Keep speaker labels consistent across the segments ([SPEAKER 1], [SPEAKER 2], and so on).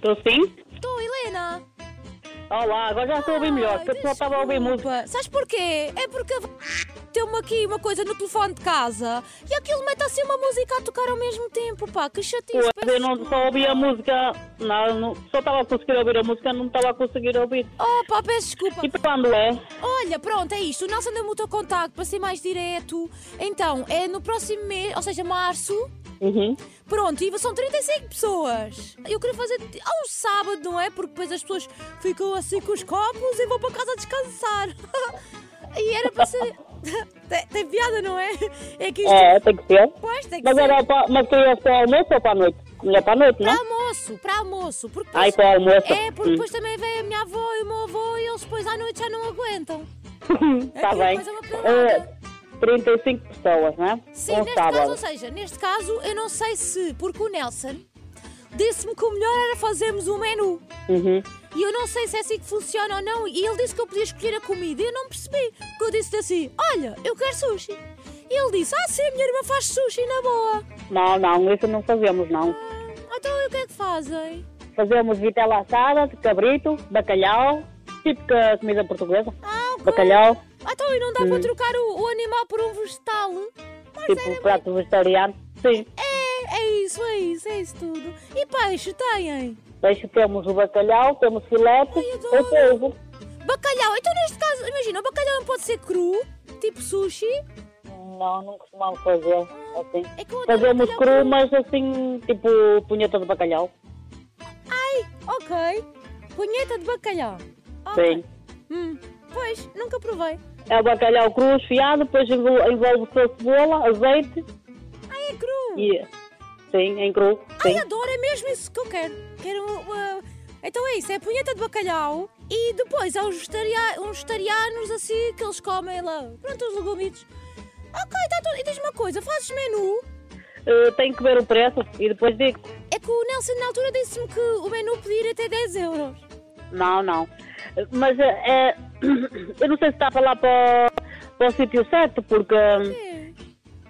[SPEAKER 1] Tô sim?
[SPEAKER 2] Estou, Helena.
[SPEAKER 1] Olá, agora já estou a ouvir melhor, porque eu só estava a ouvir música.
[SPEAKER 2] Desculpa. Sabes porquê? É porque a v- tem-me aqui uma coisa no telefone de casa e aquilo mete assim uma música a tocar ao mesmo tempo, pá, que chatice.
[SPEAKER 1] Pois, Eu não só ouvi a música, não, não- só estava a conseguir ouvir a música, não estava a conseguir ouvir.
[SPEAKER 2] Oh, pá, peço desculpa.
[SPEAKER 1] E para quando é?
[SPEAKER 2] Olha, pronto, é isto. O Nelson deu-me o teu contacto para ser mais direto. Então, é no próximo mês, ou seja, março.
[SPEAKER 1] Uhum.
[SPEAKER 2] Pronto, e são 35 pessoas. Eu queria fazer ao sábado, não é? Porque depois as pessoas ficam assim com os copos e vão para casa descansar. e era para ser. tem, tem piada, não é? É que isto.
[SPEAKER 1] É, tem que ser.
[SPEAKER 2] Pois, tem que
[SPEAKER 1] Mas
[SPEAKER 2] ser.
[SPEAKER 1] era para, mas queria para o almoço ou para a noite? Melhor para a noite,
[SPEAKER 2] Para
[SPEAKER 1] não?
[SPEAKER 2] almoço, para almoço. Porque
[SPEAKER 1] Ai,
[SPEAKER 2] depois-
[SPEAKER 1] para o almoço. Hum.
[SPEAKER 2] É, porque depois também vem a minha avó e o meu avô e eles depois à noite já não aguentam.
[SPEAKER 1] Está
[SPEAKER 2] aquilo
[SPEAKER 1] Tá bem.
[SPEAKER 2] depois é uma
[SPEAKER 1] É, 35 pessoas, não é?
[SPEAKER 2] Sim,
[SPEAKER 1] um
[SPEAKER 2] neste caso,
[SPEAKER 1] sábado.
[SPEAKER 2] ou seja, neste caso eu não sei se, porque o Nelson disse-me que o melhor era fazermos um menu.
[SPEAKER 1] Uhum.
[SPEAKER 2] E eu não sei se é assim que funciona ou não. E ele disse que eu podia escolher a comida e eu não percebi. Porque eu disse-lhe assim: Olha, eu quero sushi. E ele disse: Ah, sim, a minha irmã faz sushi na boa.
[SPEAKER 1] Não, não, isso não fazemos, não.
[SPEAKER 2] Ah, então e o que é que fazem?
[SPEAKER 1] Fazemos vitela assada, de cabrito, bacalhau, típica comida portuguesa.
[SPEAKER 2] Ah, ok.
[SPEAKER 1] Bacalhau,
[SPEAKER 2] Ah, então e não dá para trocar o, o animal por um vegetal?
[SPEAKER 1] tipo prato vegetariano. Sim,
[SPEAKER 2] É, é isso, é isso, é isso tudo. E peixe, têm?
[SPEAKER 1] deixa, temos o bacalhau, temos filete,
[SPEAKER 2] Ai,
[SPEAKER 1] o
[SPEAKER 2] adoro.
[SPEAKER 1] polvo.
[SPEAKER 2] Bacalhau. Então neste caso, imagina, o bacalhau não pode ser cru, tipo sushi.
[SPEAKER 1] Não, não costumamos fazer assim.
[SPEAKER 2] É que eu adoro
[SPEAKER 1] Fazemos
[SPEAKER 2] bacalhau
[SPEAKER 1] cru, mas assim, tipo punheta de bacalhau.
[SPEAKER 2] Ai, ok. Punheta de bacalhau. Ah, Ok.
[SPEAKER 1] Sim.
[SPEAKER 2] Hum, pois, nunca provei.
[SPEAKER 1] É o bacalhau cru, esfiado, depois envol- envolve-se a cebola, azeite
[SPEAKER 2] Ai, é cru.
[SPEAKER 1] e... Sim, em cru,
[SPEAKER 2] Ai,
[SPEAKER 1] sim.
[SPEAKER 2] adoro, é mesmo isso que eu quero. Quero uma- uma- Então é isso, é punheta de bacalhau e depois há os vegetaria- uns vegetarianos assim que eles comem lá. Pronto, os legumitos. Ok, tá tudo. E diz uma coisa, fazes menu?
[SPEAKER 1] Eh, tenho que ver o preço e depois digo.
[SPEAKER 2] É que o Nelson na altura disse-me que o menu podia ir até 10 euros.
[SPEAKER 1] Não, não. Mas é, é, eu não sei se está a falar para, o- para o sítio certo, porque hum,
[SPEAKER 2] É,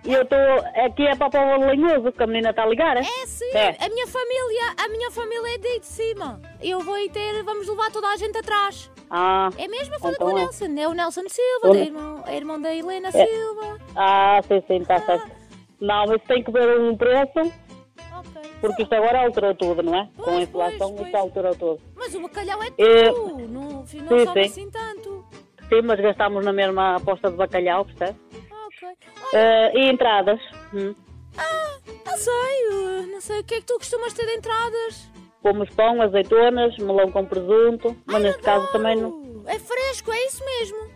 [SPEAKER 1] eu estou. Aqui é para o povo lenhoso, que a menina está a ligar. É?
[SPEAKER 2] é sim,
[SPEAKER 1] É.
[SPEAKER 2] a minha família, a minha família é daí de cima. Eu vou aí ter, vamos levar toda a gente atrás.
[SPEAKER 1] Ah,
[SPEAKER 2] É mesmo a falar
[SPEAKER 1] Então
[SPEAKER 2] com o
[SPEAKER 1] é.
[SPEAKER 2] Nelson, é o Nelson Silva,
[SPEAKER 1] Olha.
[SPEAKER 2] é irmão, é irmão da Helena Silva.
[SPEAKER 1] ah, sim, sim, está certo. Não, mas tem que ver um preço,
[SPEAKER 2] Ok.
[SPEAKER 1] porque isto agora alterou tudo, não é? Com a
[SPEAKER 2] Pois,
[SPEAKER 1] inflação,
[SPEAKER 2] pois, pois.
[SPEAKER 1] isto alterou tudo.
[SPEAKER 2] Mas o bacalhau é tudo,
[SPEAKER 1] É.
[SPEAKER 2] não, não
[SPEAKER 1] Sim,
[SPEAKER 2] sobe
[SPEAKER 1] sim.
[SPEAKER 2] assim tanto.
[SPEAKER 1] Sim, mas gastámos na mesma aposta de bacalhau, percebe?
[SPEAKER 2] Ah, Ok.
[SPEAKER 1] Eh, e entradas? Hum.
[SPEAKER 2] Ah, não sei, uh, não sei, o que é que tu costumas ter de entradas?
[SPEAKER 1] Pomos pão, azeitonas, melão com presunto,
[SPEAKER 2] Ai,
[SPEAKER 1] mas neste caso
[SPEAKER 2] adoro!
[SPEAKER 1] também não.
[SPEAKER 2] É fresco, é isso mesmo.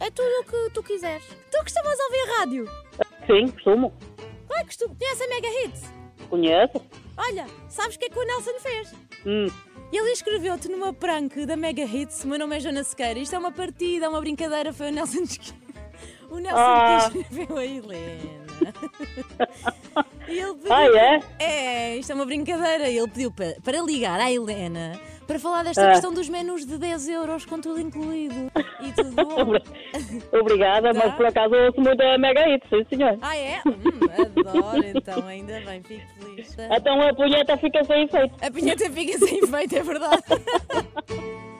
[SPEAKER 2] É tudo o que tu quiseres. Tu costumas ouvir a rádio?
[SPEAKER 1] Sim, costumo.
[SPEAKER 2] Ai, costumo. Conhece a Mega Hits?
[SPEAKER 1] Conheço.
[SPEAKER 2] Olha, sabes o que é que o Nelson fez?
[SPEAKER 1] Hum.
[SPEAKER 2] Ele escreveu-te numa prank da Mega Hits. O meu nome é Joana Sequeira. Isto é uma partida, uma brincadeira. Foi o Nelson que... O Nelson
[SPEAKER 1] Ah.
[SPEAKER 2] que escreveu a Helena. e ele pediu...
[SPEAKER 1] Ah, é?
[SPEAKER 2] É, isto é uma brincadeira. Ele pediu pa- para, ligar à Helena para falar desta
[SPEAKER 1] Ah.
[SPEAKER 2] questão dos menus de 10 euros com tudo incluído. E tudo
[SPEAKER 1] É
[SPEAKER 2] bom.
[SPEAKER 1] Obrigada,
[SPEAKER 2] Tá.
[SPEAKER 1] mas por acaso eu ouço muito a Mega Hits, sim senhor.
[SPEAKER 2] Ah, é? Hum, adoro, então. Ainda bem, fico feliz.
[SPEAKER 1] Então a punheta fica sem efeito.
[SPEAKER 2] A pinheta fica sem efeito, é verdade.